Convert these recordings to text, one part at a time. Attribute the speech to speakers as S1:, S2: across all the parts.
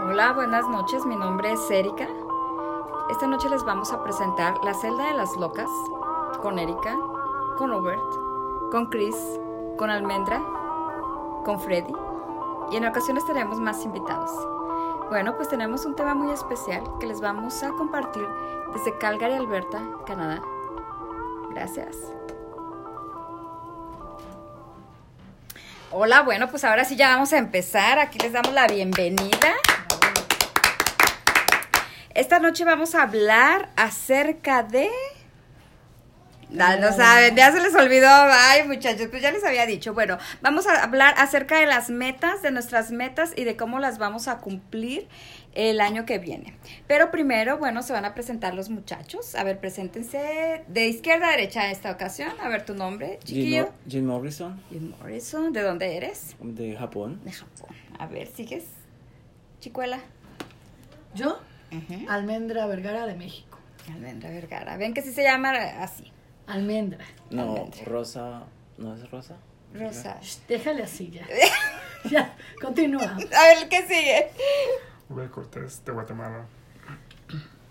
S1: Hola, buenas noches. Mi nombre es Erika. Esta noche les vamos a presentar La celda de las locas con Erika, con Robert, con Chris, con Almendra, con Freddy y en ocasiones tenemos más invitados. Bueno, pues tenemos un tema muy especial que les vamos a compartir desde Calgary, Alberta, Canadá. Gracias. Hola, bueno, pues ahora sí ya vamos a empezar. Aquí les damos la bienvenida. Esta noche vamos a hablar acerca de... No, no saben, ya se les olvidó. Ay, muchachos, pues ya les había dicho. Bueno, vamos a hablar acerca de las metas, de nuestras metas y de cómo las vamos a cumplir el año que viene. Pero primero, bueno, se van a presentar los muchachos. A ver, preséntense de izquierda a derecha en esta ocasión. A ver tu nombre, chiquillo.
S2: Jim, Jim Morrison,
S1: Jim Morrison, ¿de dónde eres?
S2: de Japón.
S1: De Japón. A ver, ¿sigues? Chicuela.
S3: Yo, Almendra Vergara de México.
S1: Almendra Vergara. Ven que sí se llama así.
S3: Almendra.
S2: No,
S1: Almendra.
S2: Rosa. ¿No es Rosa?
S1: Rosa.
S3: Sh, déjale así ya. ya, continúa.
S1: A ver, ¿qué sigue?
S4: Rubén Cortés de Guatemala.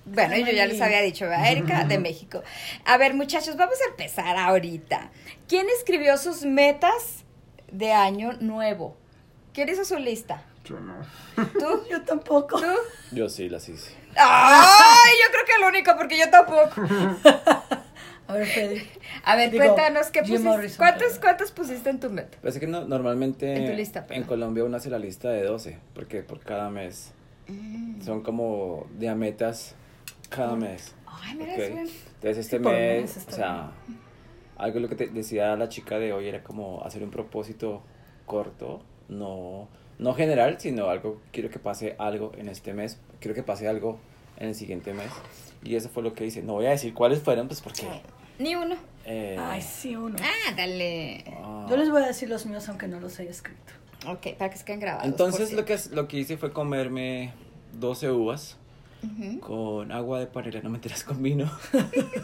S1: Bueno, yo ya
S3: Ay.
S1: les había dicho, ¿verdad? Erika de México. A ver, muchachos, vamos a empezar ahorita. ¿Quién escribió sus metas de año nuevo? ¿Quién hizo su lista?
S4: Yo no.
S1: ¿Tú?
S3: Yo tampoco.
S1: ¿Tú?
S2: Yo sí, las hice.
S1: ¡Ay! Yo creo que el único, porque yo tampoco.
S3: A ver, Freddy.
S1: A ver,
S3: Digo,
S1: cuéntanos qué
S3: Jim
S1: pusiste.
S3: Morrison,
S1: ¿Cuántos,
S3: pero-
S1: cuántos pusiste en tu meta?
S2: Pero Pues es que no- normalmente
S1: En tu lista, perdón.
S2: en Colombia uno hace la lista de 12, porque por cada mes.
S1: Mm.
S2: Son como de a metas cada mes.
S1: Ay, mira,
S2: ¿ok?
S1: es bien.
S2: Entonces este
S3: Sí, por
S2: mes,
S3: mes
S2: o
S3: está
S2: sea, algo de lo que te decía la chica de hoy era como hacer un propósito corto, no, no general, sino algo, quiero que pase algo en este mes, quiero que pase algo en el siguiente mes. Y eso fue lo que hice. No voy a decir cuáles fueron, pues porque...
S1: Ni uno.
S2: eh,
S3: Ay, sí, uno.
S1: Ah, dale.
S2: ah.
S3: Yo les voy a decir los míos aunque no los haya escrito.
S1: Ok, para que se queden grabados.
S2: Entonces lo que, lo que hice fue comerme 12 uvas con agua de panela, no me enteras con vino.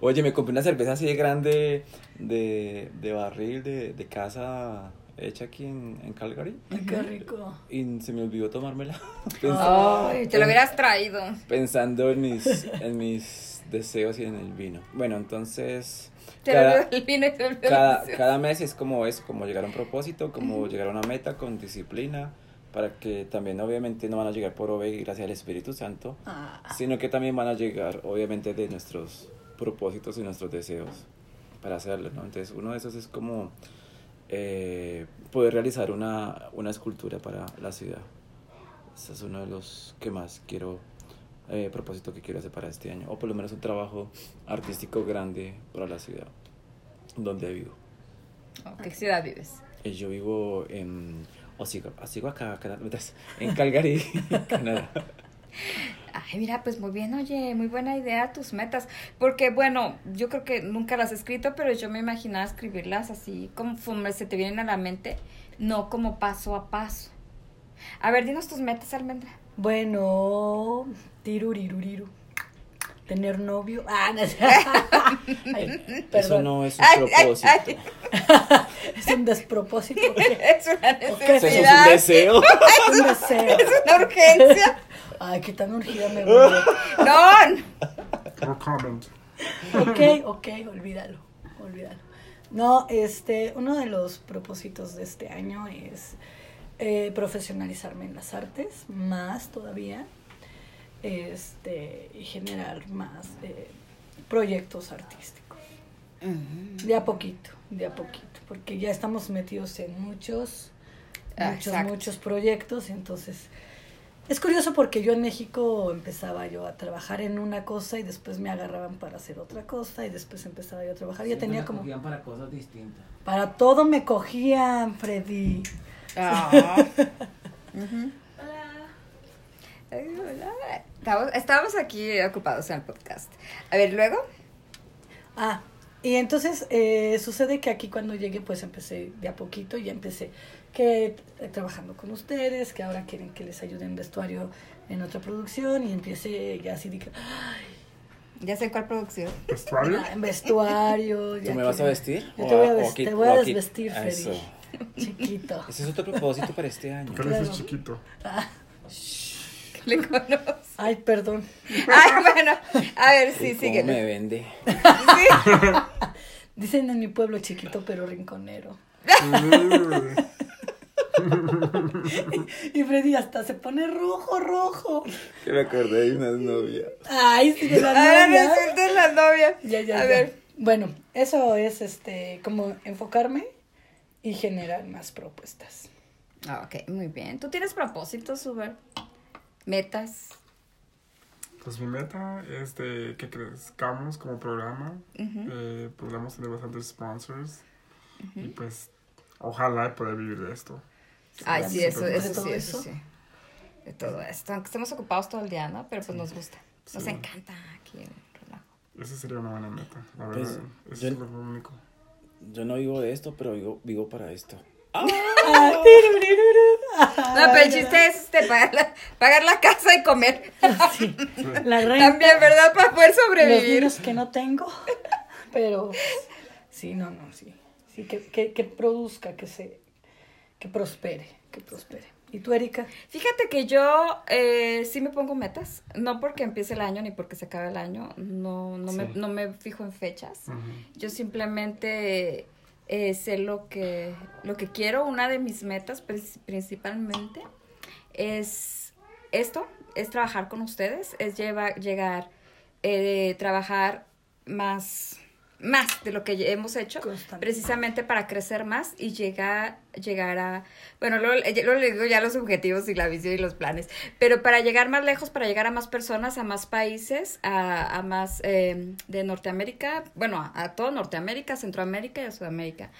S2: Oye, me compré una cerveza así de grande de, de barril de, de casa hecha aquí en, en Calgary.
S3: Ay, qué rico.
S2: Y se me olvidó tomármela.
S1: Ah. Ay, te lo hubieras traído.
S2: Pensando en mis, en mis deseos y en el vino. Bueno, entonces.
S1: Te
S2: cada-
S1: lo el vino y te olvidó el
S2: cada,
S1: deseo.
S2: cada mes es como eso, como llegar a un propósito, como llegar a una meta con disciplina, para que también obviamente no van a llegar por obra y gracias al Espíritu Santo,
S3: Ah,
S2: sino que también van a llegar obviamente de nuestros propósitos y nuestros deseos para hacerlo, ¿no? Entonces uno de esos es como eh, poder realizar una, una escultura para la ciudad. Ese es uno de los que más quiero, eh, propósito que quiero hacer para este año, o por lo menos un trabajo artístico grande para la ciudad donde vivo.
S1: Oh, ¿Qué ciudad vives?
S2: Eh, Yo vivo en Osig- Osiguaca, Canadá, mientras- en Calgary, Canadá.
S1: Ay, mira, pues muy bien, oye, muy buena idea tus metas. Porque, bueno, yo creo que nunca las he escrito, pero yo me imaginaba escribirlas así, conforme se te vienen a la mente, no como paso a paso. A ver, dinos tus metas, Almendra.
S3: bueno, tiruriruriru. Tener novio. Ah, no. Ay, perdón.
S2: Eso no es un
S1: Ay, ay,
S2: propósito.
S1: ay.
S3: Es un despropósito.
S1: Es una
S2: Eso es
S1: necesidad.
S2: un deseo.
S3: Es un deseo.
S1: Es una urgencia.
S3: Ay, qué tan urgida me voy.
S1: No.
S4: No comment.
S3: Ok, ok, olvídalo, olvídalo. No, este, uno de los propósitos de este año es eh, profesionalizarme en las artes, más todavía, este, y generar más eh, proyectos artísticos. De a poquito, de a poquito, porque ya estamos metidos en muchos,
S1: Ah,
S3: muchos,
S1: exacto.
S3: muchos proyectos, entonces es curioso porque yo en México empezaba yo a trabajar en una cosa y después me agarraban para hacer otra cosa y después empezaba yo a trabajar. ya tenía como...
S2: para cosas distintas.
S3: Para todo me cogían, Freddy.
S1: Ah. Ujú. Ay, hola. Estamos- Estábamos aquí ocupados en el podcast. A ver, luego.
S3: Ah, y entonces eh, sucede que aquí cuando llegué pues empecé de a poquito y ya empecé que eh, trabajando con ustedes, que ahora quieren que les ayude en vestuario en otra producción y empecé ya así de que,
S1: Ya sé cuál producción.
S4: ¿Vestuario?
S3: ah, en vestuario.
S2: ¿Tú me vas a vestir?
S3: Yo
S2: ¿O
S3: te voy a,
S2: o
S3: vest-
S2: aquí-
S3: te voy
S2: o
S3: a
S2: aquí?
S3: desvestir, Freddy.
S2: Eso.
S3: Chiquito.
S2: Ese es otro propósito para este año.
S4: ¿Por qué le dices
S3: Claro.
S4: chiquito?
S1: que le conoce.
S3: Ay, perdón.
S1: Ay, bueno, a ver, sí,
S2: ¿Cómo me
S1: síguele.
S2: vende?
S1: Sí.
S3: Dicen en mi pueblo chiquito pero rinconero. Y Freddy hasta se pone rojo, rojo.
S2: Que me acordé de unas novias.
S3: Ay, sí, de la
S1: Ahora
S3: novia.
S1: resulta en la novia.
S3: Ya, ya,
S1: a
S3: ya.
S1: ver,
S3: Bueno, eso es este como enfocarme y generar más propuestas.
S1: Ah, Ok, muy bien. ¿Tú tienes propósitos, Uber? ¿Metas?
S4: Pues mi meta es de que crezcamos como programa, eh, podamos tener bastantes sponsors y pues ojalá poder vivir de esto.
S1: Ay, sí, eso,
S4: súper
S1: eso
S3: ¿De todo
S1: sí, eso
S3: eso?
S1: sí. De todo esto. Aunque estemos ocupados todo el día, ¿no? Pero pues nos gusta. Nos
S4: Sí.
S1: encanta aquí el relajo.
S4: Esa sería una buena meta, la
S2: Pues,
S4: verdad. eso
S2: yo-
S4: es lo único.
S2: Yo no vivo de esto, pero vivo, vivo para esto.
S3: Ah,
S1: No, pero el chiste es este, pagar, la, pagar la casa y comer.
S3: La renta,
S1: También, ¿verdad? Para poder
S3: los
S1: sobrevivir.
S3: niños que no tengo, pero sí, no, no, sí. Sí, que, que, que produzca, que se, que prospere, que prospere. ¿Y tú, Erika?
S1: Fíjate que yo eh, sí me pongo metas, no porque empiece el año ni porque se acabe el año, no, no, me,
S4: Sí.
S1: no me fijo en fechas.
S4: Ujú.
S1: Yo simplemente eh, sé lo que, lo que quiero. Una de mis metas prin- principalmente es esto, es trabajar con ustedes, es lleva, llegar, eh, trabajar más, más de lo que ya hemos hecho,
S3: Constante.
S1: precisamente para crecer más y llegar, llegar a, bueno, luego, eh, luego le digo ya los objetivos y la visión y los planes, pero para llegar más lejos, para llegar a más personas, a más países, a, a más eh, de Norteamérica, bueno, a, a todo Norteamérica, Centroamérica y a Sudamérica.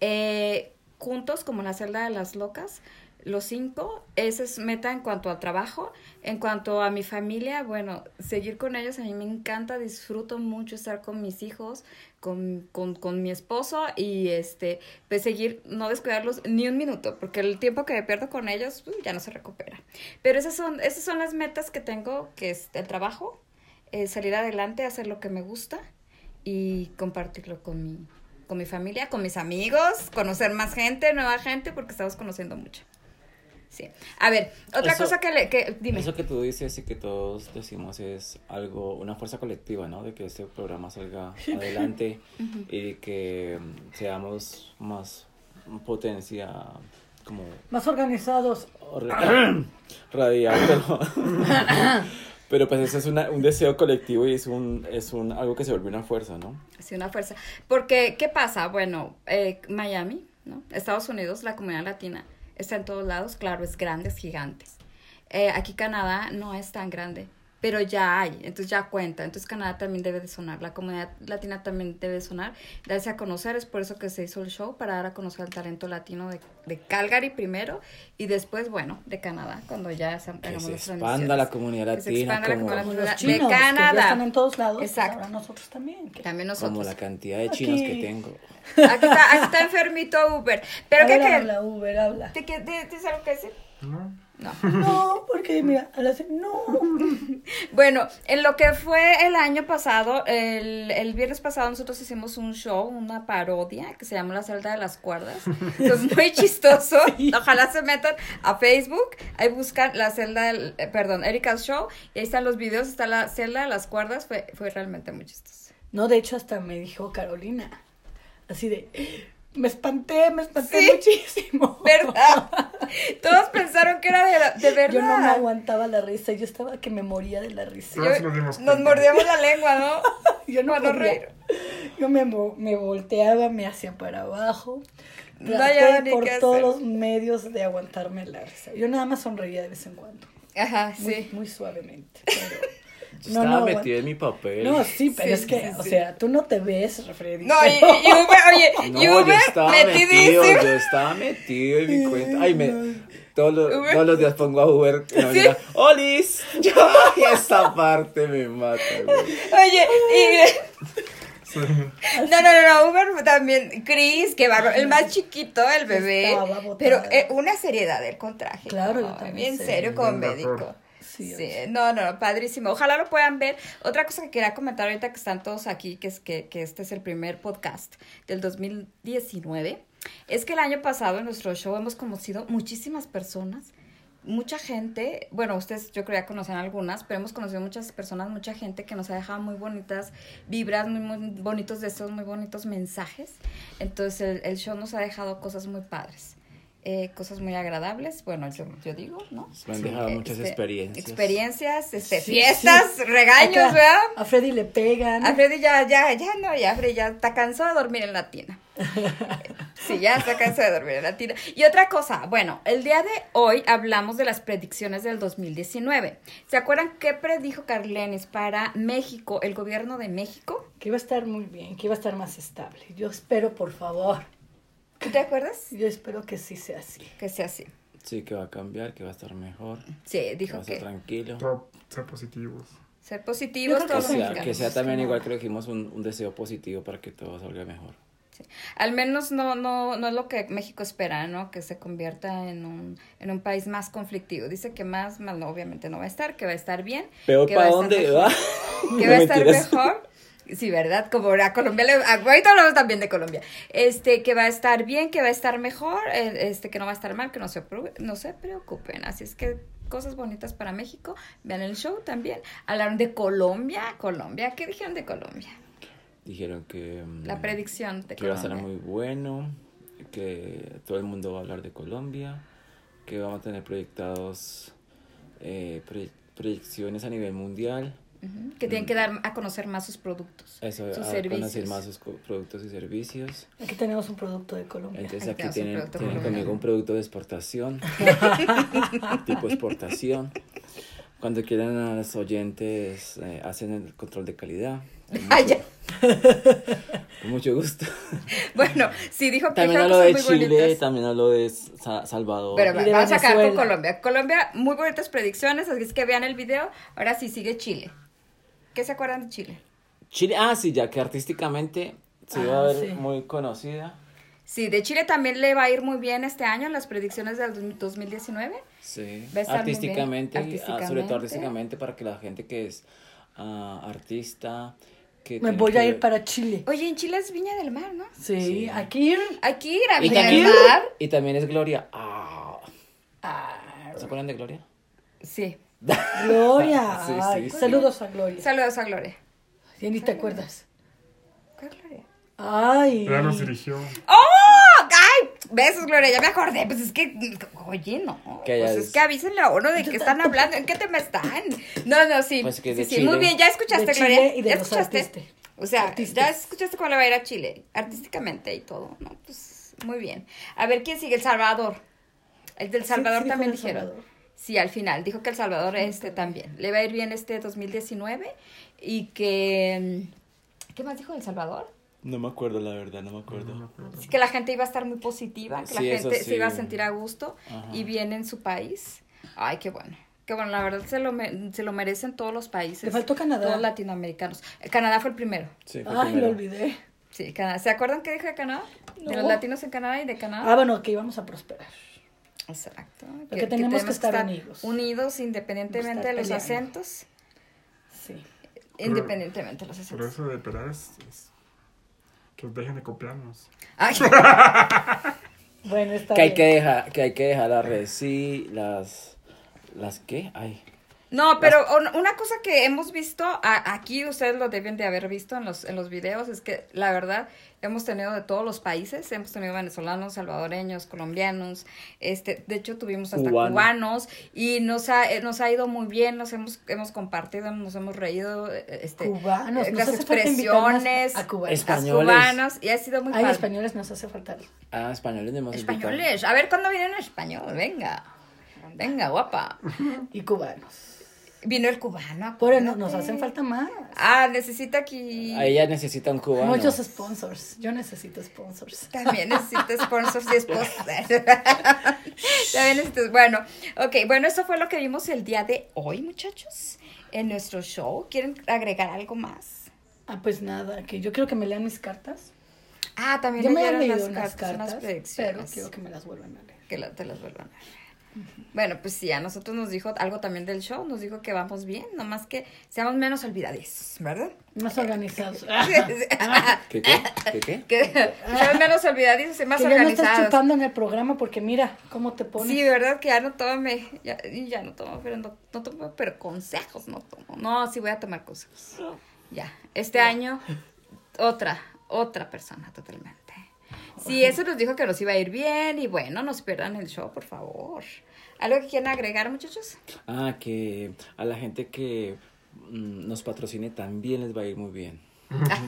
S1: Eh, juntos, como en la celda de las locas, los cinco, esa es meta en cuanto al trabajo. En cuanto a mi familia, bueno, seguir con ellos, a mí me encanta, disfruto mucho estar con mis hijos, con, con, con mi esposo y este, pues seguir, no descuidarlos ni un minuto, porque el tiempo que pierdo con ellos pues, ya no se recupera. Pero esas son, esas son las metas que tengo, que es el trabajo, eh, salir adelante, hacer lo que me gusta y compartirlo con mi, con mi familia, con mis amigos, conocer más gente, nueva gente, porque estamos conociendo mucho. Sí. A ver, otra
S2: Eso-
S1: cosa que le... Que, dime.
S2: Eso que tú dices y que todos decimos es algo, una fuerza colectiva, ¿no? De que este programa salga adelante y que mm, seamos más potencia como
S3: Más organizados.
S2: Or- radial, pero, pero pues eso es una- un deseo colectivo y es un es un algo que se vuelve una fuerza, ¿no?
S1: Sí, una fuerza. Porque, ¿qué pasa? Bueno, eh, Miami, ¿no? Estados Unidos, la comunidad latina, está en todos lados, claro, es grande, es gigante. Eh, aquí Canadá no es tan grande, pero ya hay, entonces ya cuenta. Entonces Canadá también debe de sonar, la comunidad latina también debe de sonar, darse a conocer, es por eso que se hizo el show, para dar a conocer al talento latino de, de Calgary primero y después, bueno, de Canadá, cuando ya se,
S2: Que
S1: hagamos
S2: se
S1: nuestras
S2: expanda
S1: emisiones.
S2: la comunidad
S1: Que se
S2: latina
S1: expanda la
S2: como,
S1: comunidad
S3: Como
S1: De
S3: los chinos, que
S1: Canadá.
S3: ya están en todos lados. pues
S1: Exacto.
S3: ahora nosotros también. que-
S1: También nosotros.
S2: como la cantidad de chinos que
S3: Aquí.
S2: tengo.
S1: Aquí está, aquí está enfermito Uber. Pero ¿qué
S3: Habla,
S1: que
S3: habla, Uber, habla.
S1: ¿Te, que- te- ¿Tienes algo que decir?
S4: ¿No?
S1: No.
S3: No, porque mira, a las- no.
S1: Bueno, en lo que fue el año pasado, el, el viernes pasado nosotros hicimos un show, una parodia que se llamó La Celda de las Cuerdas. Fue muy chistoso. Ojalá se metan a Facebook, ahí buscan la celda, del- eh, perdón, Erika's Show, y ahí están los videos, está la celda de las cuerdas, fue, fue realmente muy chistoso.
S3: No, de hecho, hasta me dijo Carolina. Así de, "Eh, me espanté, me espanté
S1: Sí.
S3: muchísimo.
S1: ¿Verdad? Todos pensaron que era de, la- de verdad.
S3: Yo no me aguantaba la risa, yo estaba que me moría de la risa.
S1: Yo-
S4: Todos nos dimos
S1: nos
S4: cuenta.
S1: mordíamos la lengua, ¿no?
S3: Yo no
S1: Para no
S3: podía.
S1: reír.
S3: Yo me, mo- me volteaba, me hacía para abajo.
S1: No hallaba
S3: Traté
S1: ni
S3: por
S1: qué hacer.
S3: todos los medios de aguantarme la risa. Yo nada más sonreía de vez en cuando,
S1: Ajá,
S3: muy,
S1: sí.
S3: muy suavemente. pero-
S2: Yo
S3: No,
S2: estaba
S3: no,
S2: metido en mi papel.
S3: No, sí, pero
S1: Sí,
S3: es que,
S1: sí,
S3: o
S1: sí.
S3: sea, tú no te ves, Freddy.
S1: No, y, y- y Uber, oye,
S2: No,
S1: y
S2: yo
S1: Uber
S2: estaba metido,
S1: metidísimo.
S2: yo estaba metido en mi cuenta. Ay, me, todos, los,
S1: Uber.
S2: todos los días pongo a Uber en la mañana, ¡Olis! Ay, esta parte me mata, güey.
S1: Oye, y,
S4: Sí.
S1: no, no, no, no, Uber también, Chris, que bárbaro, el más chiquito, el bebé,
S3: Estaba botado.
S1: pero eh, una seriedad del contraje.
S3: Claro, yo
S1: no,
S3: también
S1: Bien
S3: sé.
S1: serio como
S4: Bien, de
S1: médico.
S4: acuerdo.
S3: Sí,
S1: Sí, no, no, no, padrísimo. Ojalá lo puedan ver. Otra cosa que quería comentar ahorita que están todos aquí, que es que, que este es el primer podcast del 2019, es que el año pasado en nuestro show hemos conocido muchísimas personas mucha gente, bueno, ustedes yo creo que conocen algunas, pero hemos conocido muchas personas, mucha gente que nos ha dejado muy bonitas vibras, muy, muy bonitos deseos, muy bonitos mensajes. Entonces el, el show nos ha dejado cosas muy padres. eh, cosas muy agradables, bueno, yo, yo digo, ¿no?
S2: Me han dejado
S1: Eh,
S2: Ah, muchas
S1: este,
S2: experiencias.
S1: Experiencias, este,
S3: Sí,
S1: fiestas,
S3: sí.
S1: regaños,
S3: Acá,
S1: ¿verdad?
S3: A Freddy le pegan.
S1: A Freddy ya, ya, ya no, ya Freddy ya está cansado de dormir en la tina. Sí, ya está cansado de dormir en la tina. Y otra cosa, bueno, el día de hoy hablamos de las predicciones del 2019. ¿Se acuerdan qué predijo Carlenes para México, el gobierno de México?
S3: Que iba a estar muy bien, que iba a estar más estable. Yo espero, por favor.
S1: ¿Tú te acuerdas?
S3: Yo espero que sí sea así.
S1: Que sea así.
S2: Sí, que va a cambiar, que va a estar mejor,
S1: Sí,
S2: que va
S1: dijo
S2: a estar
S1: que
S2: tranquilo.
S4: Todo ser positivos.
S1: ser positivos
S3: Yo creo
S2: Que
S1: todos los
S2: sea,
S1: mexicanos.
S2: que sea también igual que lo dijimos, un, un deseo positivo para que todo salga mejor.
S1: Al menos no, no, no es lo que México espera, ¿no? Que se convierta en un, en un país más conflictivo. Dice que más, más no, obviamente no va a estar, que va a estar bien.
S2: Pero
S1: que va a
S2: ¿para
S1: estar
S2: dónde
S1: mejor,
S2: va?
S1: Que
S2: No,
S1: va a estar
S2: mentiras.
S1: mejor. Sí, ¿verdad? Como a Colombia le... Ahorita hablamos también de Colombia. Este, que va a estar bien, que va a estar mejor, eh, este, que no va a estar mal, que no se, preocu- no se preocupen. Así es que cosas bonitas para México. Vean el show también. Hablaron de Colombia, Colombia. ¿Qué dijeron de Colombia?
S2: Dijeron que... mm,
S1: La predicción de
S2: Que va a estar
S1: Colombia.
S2: muy bueno, que todo el mundo va a hablar de Colombia, que vamos a tener proyectados eh, proye- proyecciones a nivel mundial.
S1: Ujú, Que tienen que dar a conocer más sus productos,
S2: Mm. Eso,
S1: sus
S2: a conocer
S1: servicios.
S2: más sus co- productos y servicios.
S3: Aquí tenemos un producto de Colombia.
S2: Entonces
S1: Ahí
S2: aquí
S1: tenemos un
S2: tienen,
S1: producto
S2: tienen
S1: colombiano.
S2: conmigo un producto de exportación, tipo exportación. Cuando quieran a los oyentes, eh, hacen el control de calidad. Con
S1: Ah,
S2: mucho-
S1: ya.
S2: Con mucho gusto.
S1: Bueno, sí dijo que
S2: También
S1: dijeron
S2: hablo de
S1: cosas muy
S2: Chile,
S1: bonitas.
S2: también hablo de Sa- Salvador.
S1: Pero
S3: Y de
S1: vamos a acabar con
S3: Venezuela.
S1: Colombia. Colombia, muy bonitas predicciones, así es que vean el video. Ahora sí sigue Chile. ¿Qué se acuerdan de Chile?
S2: Chile, ah, sí, ya que artísticamente se va
S3: Ah,
S2: a ver
S3: sí.
S2: muy conocida.
S1: Sí, de Chile también le va a ir muy bien este año en las predicciones del dos- 2019.
S2: Sí.
S1: Va a estar muy bien.
S2: Artísticamente, ah, sobre
S1: Artísticamente.
S2: todo artísticamente, para que la gente que es ah, artista. Que
S3: Me
S2: tiene
S3: voy a
S2: que-
S3: ir para Chile.
S1: Oye, en Chile es Viña del Mar, ¿no?
S3: Sí,
S2: Sí.
S3: hay que ir.
S1: Hay que ir a
S2: Y
S1: Viña del
S2: también,
S1: Mar.
S2: y también es Gloria. Ah,
S3: Ah,
S2: ¿Se acuerdan de Gloria?
S1: Sí.
S3: Gloria.
S2: Sí, sí,
S3: Ay,
S2: sí.
S3: Saludos a Gloria.
S1: Saludos a Gloria.
S3: Ya ni te acuerdas.
S1: ¿Cuál Gloria?
S3: Ay.
S4: Ella nos dirigió.
S1: ¡Oh! ¡Ay! Besos, Gloria, ya me acordé. Pues es que, oye, no.
S2: Que ya
S1: pues es...
S2: es-
S1: que avísenle a uno de qué están hablando, en qué tema están. No, no, sí.
S2: Pues que
S1: sí,
S2: de
S1: sí,
S2: Chile.
S1: Muy bien, ya escuchaste,
S3: De Chile
S1: Gloria.
S3: y de
S1: ya
S3: los
S1: escuchaste.
S3: artistas.
S1: O sea,
S3: Artistas.
S1: ya escuchaste cómo le va a ir a Chile, artísticamente y todo, ¿no? Pues muy bien. A ver quién sigue, El Salvador. El del
S3: Sí,
S1: Salvador
S3: sí dijo
S1: también
S3: El
S1: dijeron.
S3: Salvador.
S1: Sí, al final. Dijo que El Salvador este también. Le va a ir bien este 2019 y que... mm, ¿Qué más dijo El Salvador?
S2: No me acuerdo, la verdad, no me
S4: No me
S2: acuerdo.
S4: acuerdo.
S1: Sí, que la gente iba a estar muy positiva, que la
S2: Sí, eso
S1: gente se
S2: sí.
S1: iba a sentir a gusto
S2: Ajá.
S1: y bien en su país. Ay, qué bueno. Qué bueno, la verdad se lo, me- se lo merecen todos los países.
S3: Le faltó Canadá.
S1: Todos latinoamericanos. Eh, Canadá fue el primero.
S2: Sí, fue
S3: Ay,
S2: primero.
S3: lo olvidé.
S1: Sí, Canadá. ¿Se acuerdan qué dijo de Canadá? De los
S3: No.
S1: latinos en Canadá y de
S3: Ah,
S1: Canadá.
S3: bueno, que íbamos a prosperar.
S1: Exacto.
S3: Porque tenemos que estar unidos.
S1: Unidos independientemente
S3: Estar
S1: de los
S3: peleando.
S1: acentos.
S3: Sí.
S4: Pero-
S1: Independientemente de los
S4: Pero
S1: acentos.
S4: eso de esperar es, es que dejen de copiarnos.
S1: Ay,
S3: Bueno, está
S2: Que hay
S3: bien.
S2: que dejar, que hay que dejar las redes, sí, las, las qué, ay,
S1: No, pero un- una cosa que hemos visto, a- aquí ustedes lo deben de haber visto en los, en los videos, es que la verdad hemos tenido de todos los países, hemos tenido venezolanos, salvadoreños, colombianos, este, de hecho tuvimos hasta
S2: Cubano.
S1: cubanos y nos ha, eh, nos ha ido muy bien, nos hemos, hemos compartido, nos hemos reído, eh, este,
S3: Cubanos,
S1: eh,
S3: nos
S1: las
S3: hace falta invitar más
S1: expresiones,
S3: a cubanos.
S1: las
S2: Españoles.
S1: cubanos, y ha sido muy
S3: Ay,
S1: padre.
S3: españoles nos hace falta.
S2: ah, españoles de
S1: Españoles, a ver cuándo viene un español, venga, venga, guapa.
S3: Y cubanos.
S1: Vino el cubano.
S3: Pero no- nos
S1: acuérdate.
S3: hacen falta más.
S1: Ah, necesita aquí.
S2: A ella necesita un cubano.
S3: Muchos sponsors. Yo necesito sponsors.
S1: También necesito sponsors y esposas. También necesito. Bueno, ok, bueno, eso fue lo que vimos el día de hoy, muchachos, en nuestro show. ¿Quieren agregar algo más?
S3: Ah, pues nada, que yo quiero que me lean mis cartas.
S1: Ah, también
S3: Yo me he
S1: leyeron
S3: leído
S1: las
S3: unas
S1: cartas, unas
S3: cartas, pero
S1: predicciones.
S3: quiero que me las vuelvan a leer.
S1: Que la- te las vuelvan a leer. Bueno, pues sí, a nosotros nos dijo algo también del show, nos dijo que vamos bien, nomás que seamos menos olvidadizos, ¿verdad?
S3: Más organizados. Ah,
S2: ¿Qué qué? ¿Qué qué?
S1: Que seamos menos olvidadizos y más
S3: que ya no estás
S1: organizados.
S3: chupando en el programa porque mira cómo te pones.
S1: Sí, verdad que ya no tome, ya, y ya no tomo, pero no, no tomo, pero consejos no tomo. No, sí voy a tomar consejos. Ya, este año otra, otra persona totalmente. Sí, eso nos dijo que nos iba a ir bien y bueno, no se pierdan el show, por favor. ¿Algo que quieran agregar, muchachos?
S2: Ah, que a la gente que mm, nos patrocine también les va a ir muy bien.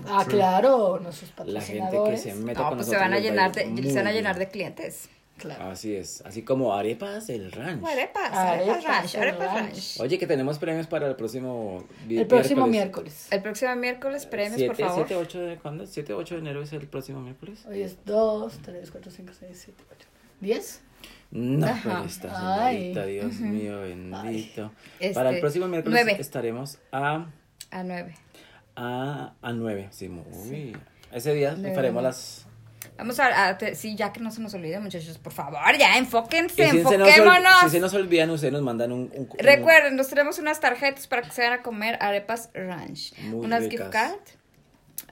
S3: Ah, claro, nuestros
S2: La gente que
S3: patrocinadores.
S2: se meta
S1: No,
S2: con
S1: pues
S2: nosotros
S1: se van a
S2: les va ir
S1: llenar de,
S2: muy
S1: se van a
S2: bien.
S1: llenar de clientes.
S3: Claro.
S2: Así es, así como arepas del ranch.
S1: Arepas,
S3: Arepas
S1: arepas ranch,
S3: del
S1: arepas
S3: ranch.
S1: ranch.
S2: Oye, que tenemos premios para el próximo vi-
S3: El próximo miércoles.
S1: El próximo miércoles, premios,
S2: Siete-
S1: por favor.
S2: siete, ocho de cuándo? 7 8 de enero es el próximo miércoles?
S3: Hoy es 2, 3, 4, 5, 6, 7, 8, 10.
S2: No,
S1: Ajá.
S2: pero esta
S3: Ay.
S2: señorita, Dios mío, bendito.
S1: Este,
S2: Para el próximo miércoles
S1: nueve.
S2: estaremos a
S1: A nueve.
S2: a a 9, sí, muy. Ese día
S1: Nueve.
S2: faremos las
S1: Vamos a, a- te- sí, ya que no se nos olvide, muchachos, por favor, ya enfóquense,
S2: Y si se nos ol-
S1: enfoquémonos.
S2: Si se nos olvidan, ustedes nos mandan un, un- un-
S1: Recuerden, nos tenemos unas tarjetas para que se vayan a comer arepas ranch.
S2: Muy
S1: unas
S2: ricas.
S1: gift card.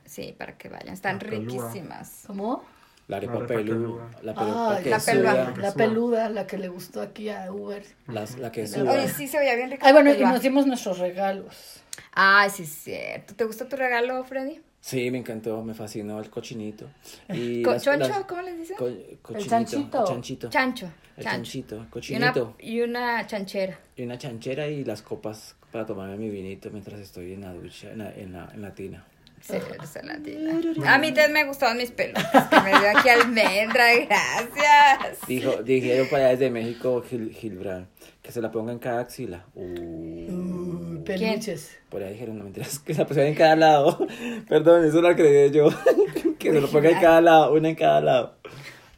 S1: Sí, para que vayan. Están
S4: La pelúa.
S1: riquísimas.
S3: ¿Cómo?
S2: la arepa
S4: La arepa
S2: peluda,
S4: peluda.
S2: la
S3: Ah,
S2: peluda que
S1: la
S2: suda,
S1: peluda.
S3: La peluda, la que le gustó aquí a Uber.
S2: las- la que suda.
S1: Oye, sí, se veía bien rica.
S3: Ay, bueno,
S1: la
S3: y
S1: pelúa.
S3: nos dimos nuestros regalos.
S1: Ay, sí, es cierto. ¿Te gustó tu regalo, Freddy?
S2: Sí, me encantó, me fascinó el cochinito. Y
S1: Co-
S2: las-
S1: ¿Choncho?
S2: las-
S1: ¿Cómo les dicen?
S2: co- cochinito,
S3: chanchito.
S2: chanchito.
S1: Chancho.
S2: El
S1: chancho.
S2: chanchito,
S1: Y una,
S2: cochinito.
S1: y una chanchera.
S2: Y una chanchera y las copas para tomarme mi vinito mientras estoy en la ducha, en la, en la, en la tina.
S1: Sí,
S2: Ah.
S1: esa es la tira. A mí también me gustaron mis pelotas que me dio aquí almendra, gracias.
S2: Dijo, dijeron para allá desde México, Gil, Gilbrand, que se la ponga en cada axila. Uh.
S1: Mm,
S3: Peluches.
S2: Por ahí dijeron, no mentiras, que se la pusieron en cada lado. Perdón, eso lo creí yo. que se lo ponga en cada lado, una en cada lado.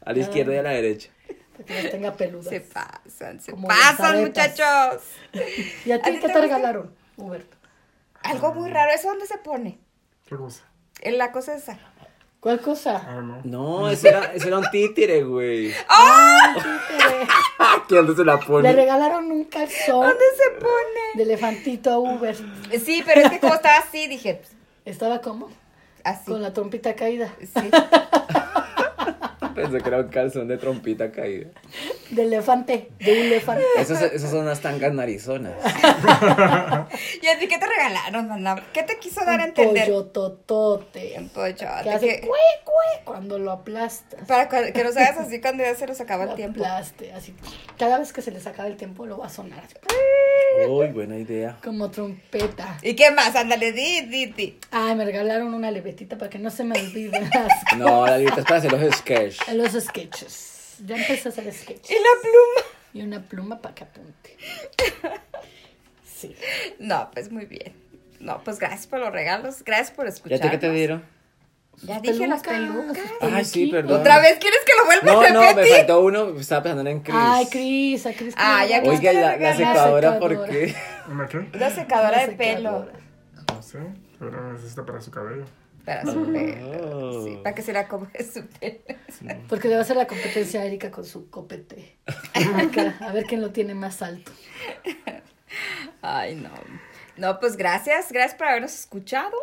S2: A la izquierda y a la derecha.
S3: Para que no tenga peludas.
S1: Se pasan, se
S3: Como
S1: pasan,
S3: las arepas.
S1: muchachos.
S3: ¿Y a
S1: ¿A
S3: ti
S1: ti te
S3: qué te
S1: gusta?
S3: regalaron, Uber?
S1: Algo muy raro, ¿eso dónde se pone?
S4: ¿Qué cosa?
S1: En la cosa esa.
S3: ¿Cuál cosa?
S4: Ah, no.
S2: No, eso era, eso era un títere, güey.
S3: Ah, títere.
S2: ¿Qué dónde se la
S1: Ah.
S2: pone?
S3: Le regalaron un calzón
S1: ¿Dónde se pone?
S3: de elefantito a Uber.
S1: Sí, pero es que como estaba así, dije, pues,
S3: Estaba como
S1: así.
S3: con la trompita caída.
S1: Sí.
S2: Pensé que era un calzón de trompita caída.
S3: De elefante, de un elefante.
S2: Esas, esas son unas tangas narizonas.
S1: ¿Y a ti qué te regalaron, Ana? ¿Qué te quiso dar a
S3: Un
S1: entender?
S3: pollototote.
S1: Un pollote,
S3: Que hace
S1: que-
S3: cue, cue cuando lo aplastas.
S1: Para cu- que nos hagas así cuando ya se nos acaba
S3: Lo
S1: el tiempo.
S3: aplaste, así. Cada vez que se les acaba el tiempo lo va a sonar así,
S2: Uy, buena idea.
S3: como trompeta.
S1: ¿Y qué más? Ándale, di, di, di.
S3: Ay, me regalaron una levetita para que no se me olviden las
S2: No, la libertad es para hacer los sketch.
S3: Los sketches. Ya empecé a hacer
S1: ¿Y
S3: sketches.
S1: la pluma?
S3: Y una pluma para que apunte. Sí.
S1: No, pues muy bien. No, pues gracias por los regalos, gracias por
S2: ¿Ya
S1: escuchar.
S2: te qué te dieron?
S1: Ya dije las pelucas.
S3: sus
S2: Ay, sí,
S3: peluquitas.
S2: perdón.
S1: ¿Otra vez quieres que lo vuelva
S2: No,
S1: a
S2: no, me
S1: repetir?
S2: faltó uno. Estaba pensando en Chris.
S3: Ay, Cris, a Cris.
S1: Ay, a Cris.
S2: Oiga, ¿y la, la
S1: La
S2: secadora,
S3: secadora.
S2: ¿por qué?
S4: ¿Una qué?
S1: Una secadora de pelo.
S4: No sé. Pero la necesita para su cabello.
S1: Para su pelo.
S2: Oh.
S1: Sí, para que se la coma su pelo.
S3: Porque le va a hacer la competencia a Erika con su copete. Acá, a ver quién lo tiene más alto.
S1: Ay, no. No, pues gracias, gracias por habernos escuchado.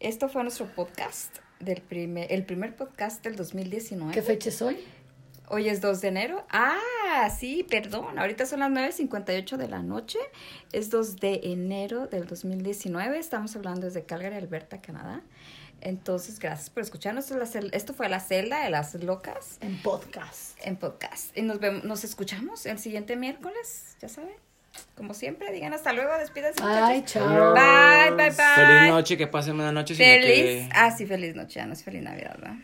S1: Esto fue nuestro podcast del primer, el primer podcast del 2019.
S3: ¿Qué fecha es hoy?
S1: Hoy es 2 de enero. Ah, sí, perdón. Ahorita son las 9.58 de la noche. Es 2 de enero del 2019. Estamos hablando desde Calgary, Alberta, Canadá. Entonces, gracias por escucharnos. Esto, es la cel- esto fue La Celda de las Locas
S3: En podcast.
S1: en podcast. Y nos, vemos, nos escuchamos el siguiente miércoles, ya saben. Como siempre, digan hasta luego, despídanse.
S3: Ay,
S1: muchachos.
S3: chao.
S1: Bye, bye, bye.
S2: Feliz noche, que pasen buena noche. sino
S1: Feliz.
S2: que-
S1: Ah, sí, feliz noche. Ya no es feliz Navidad, ¿verdad?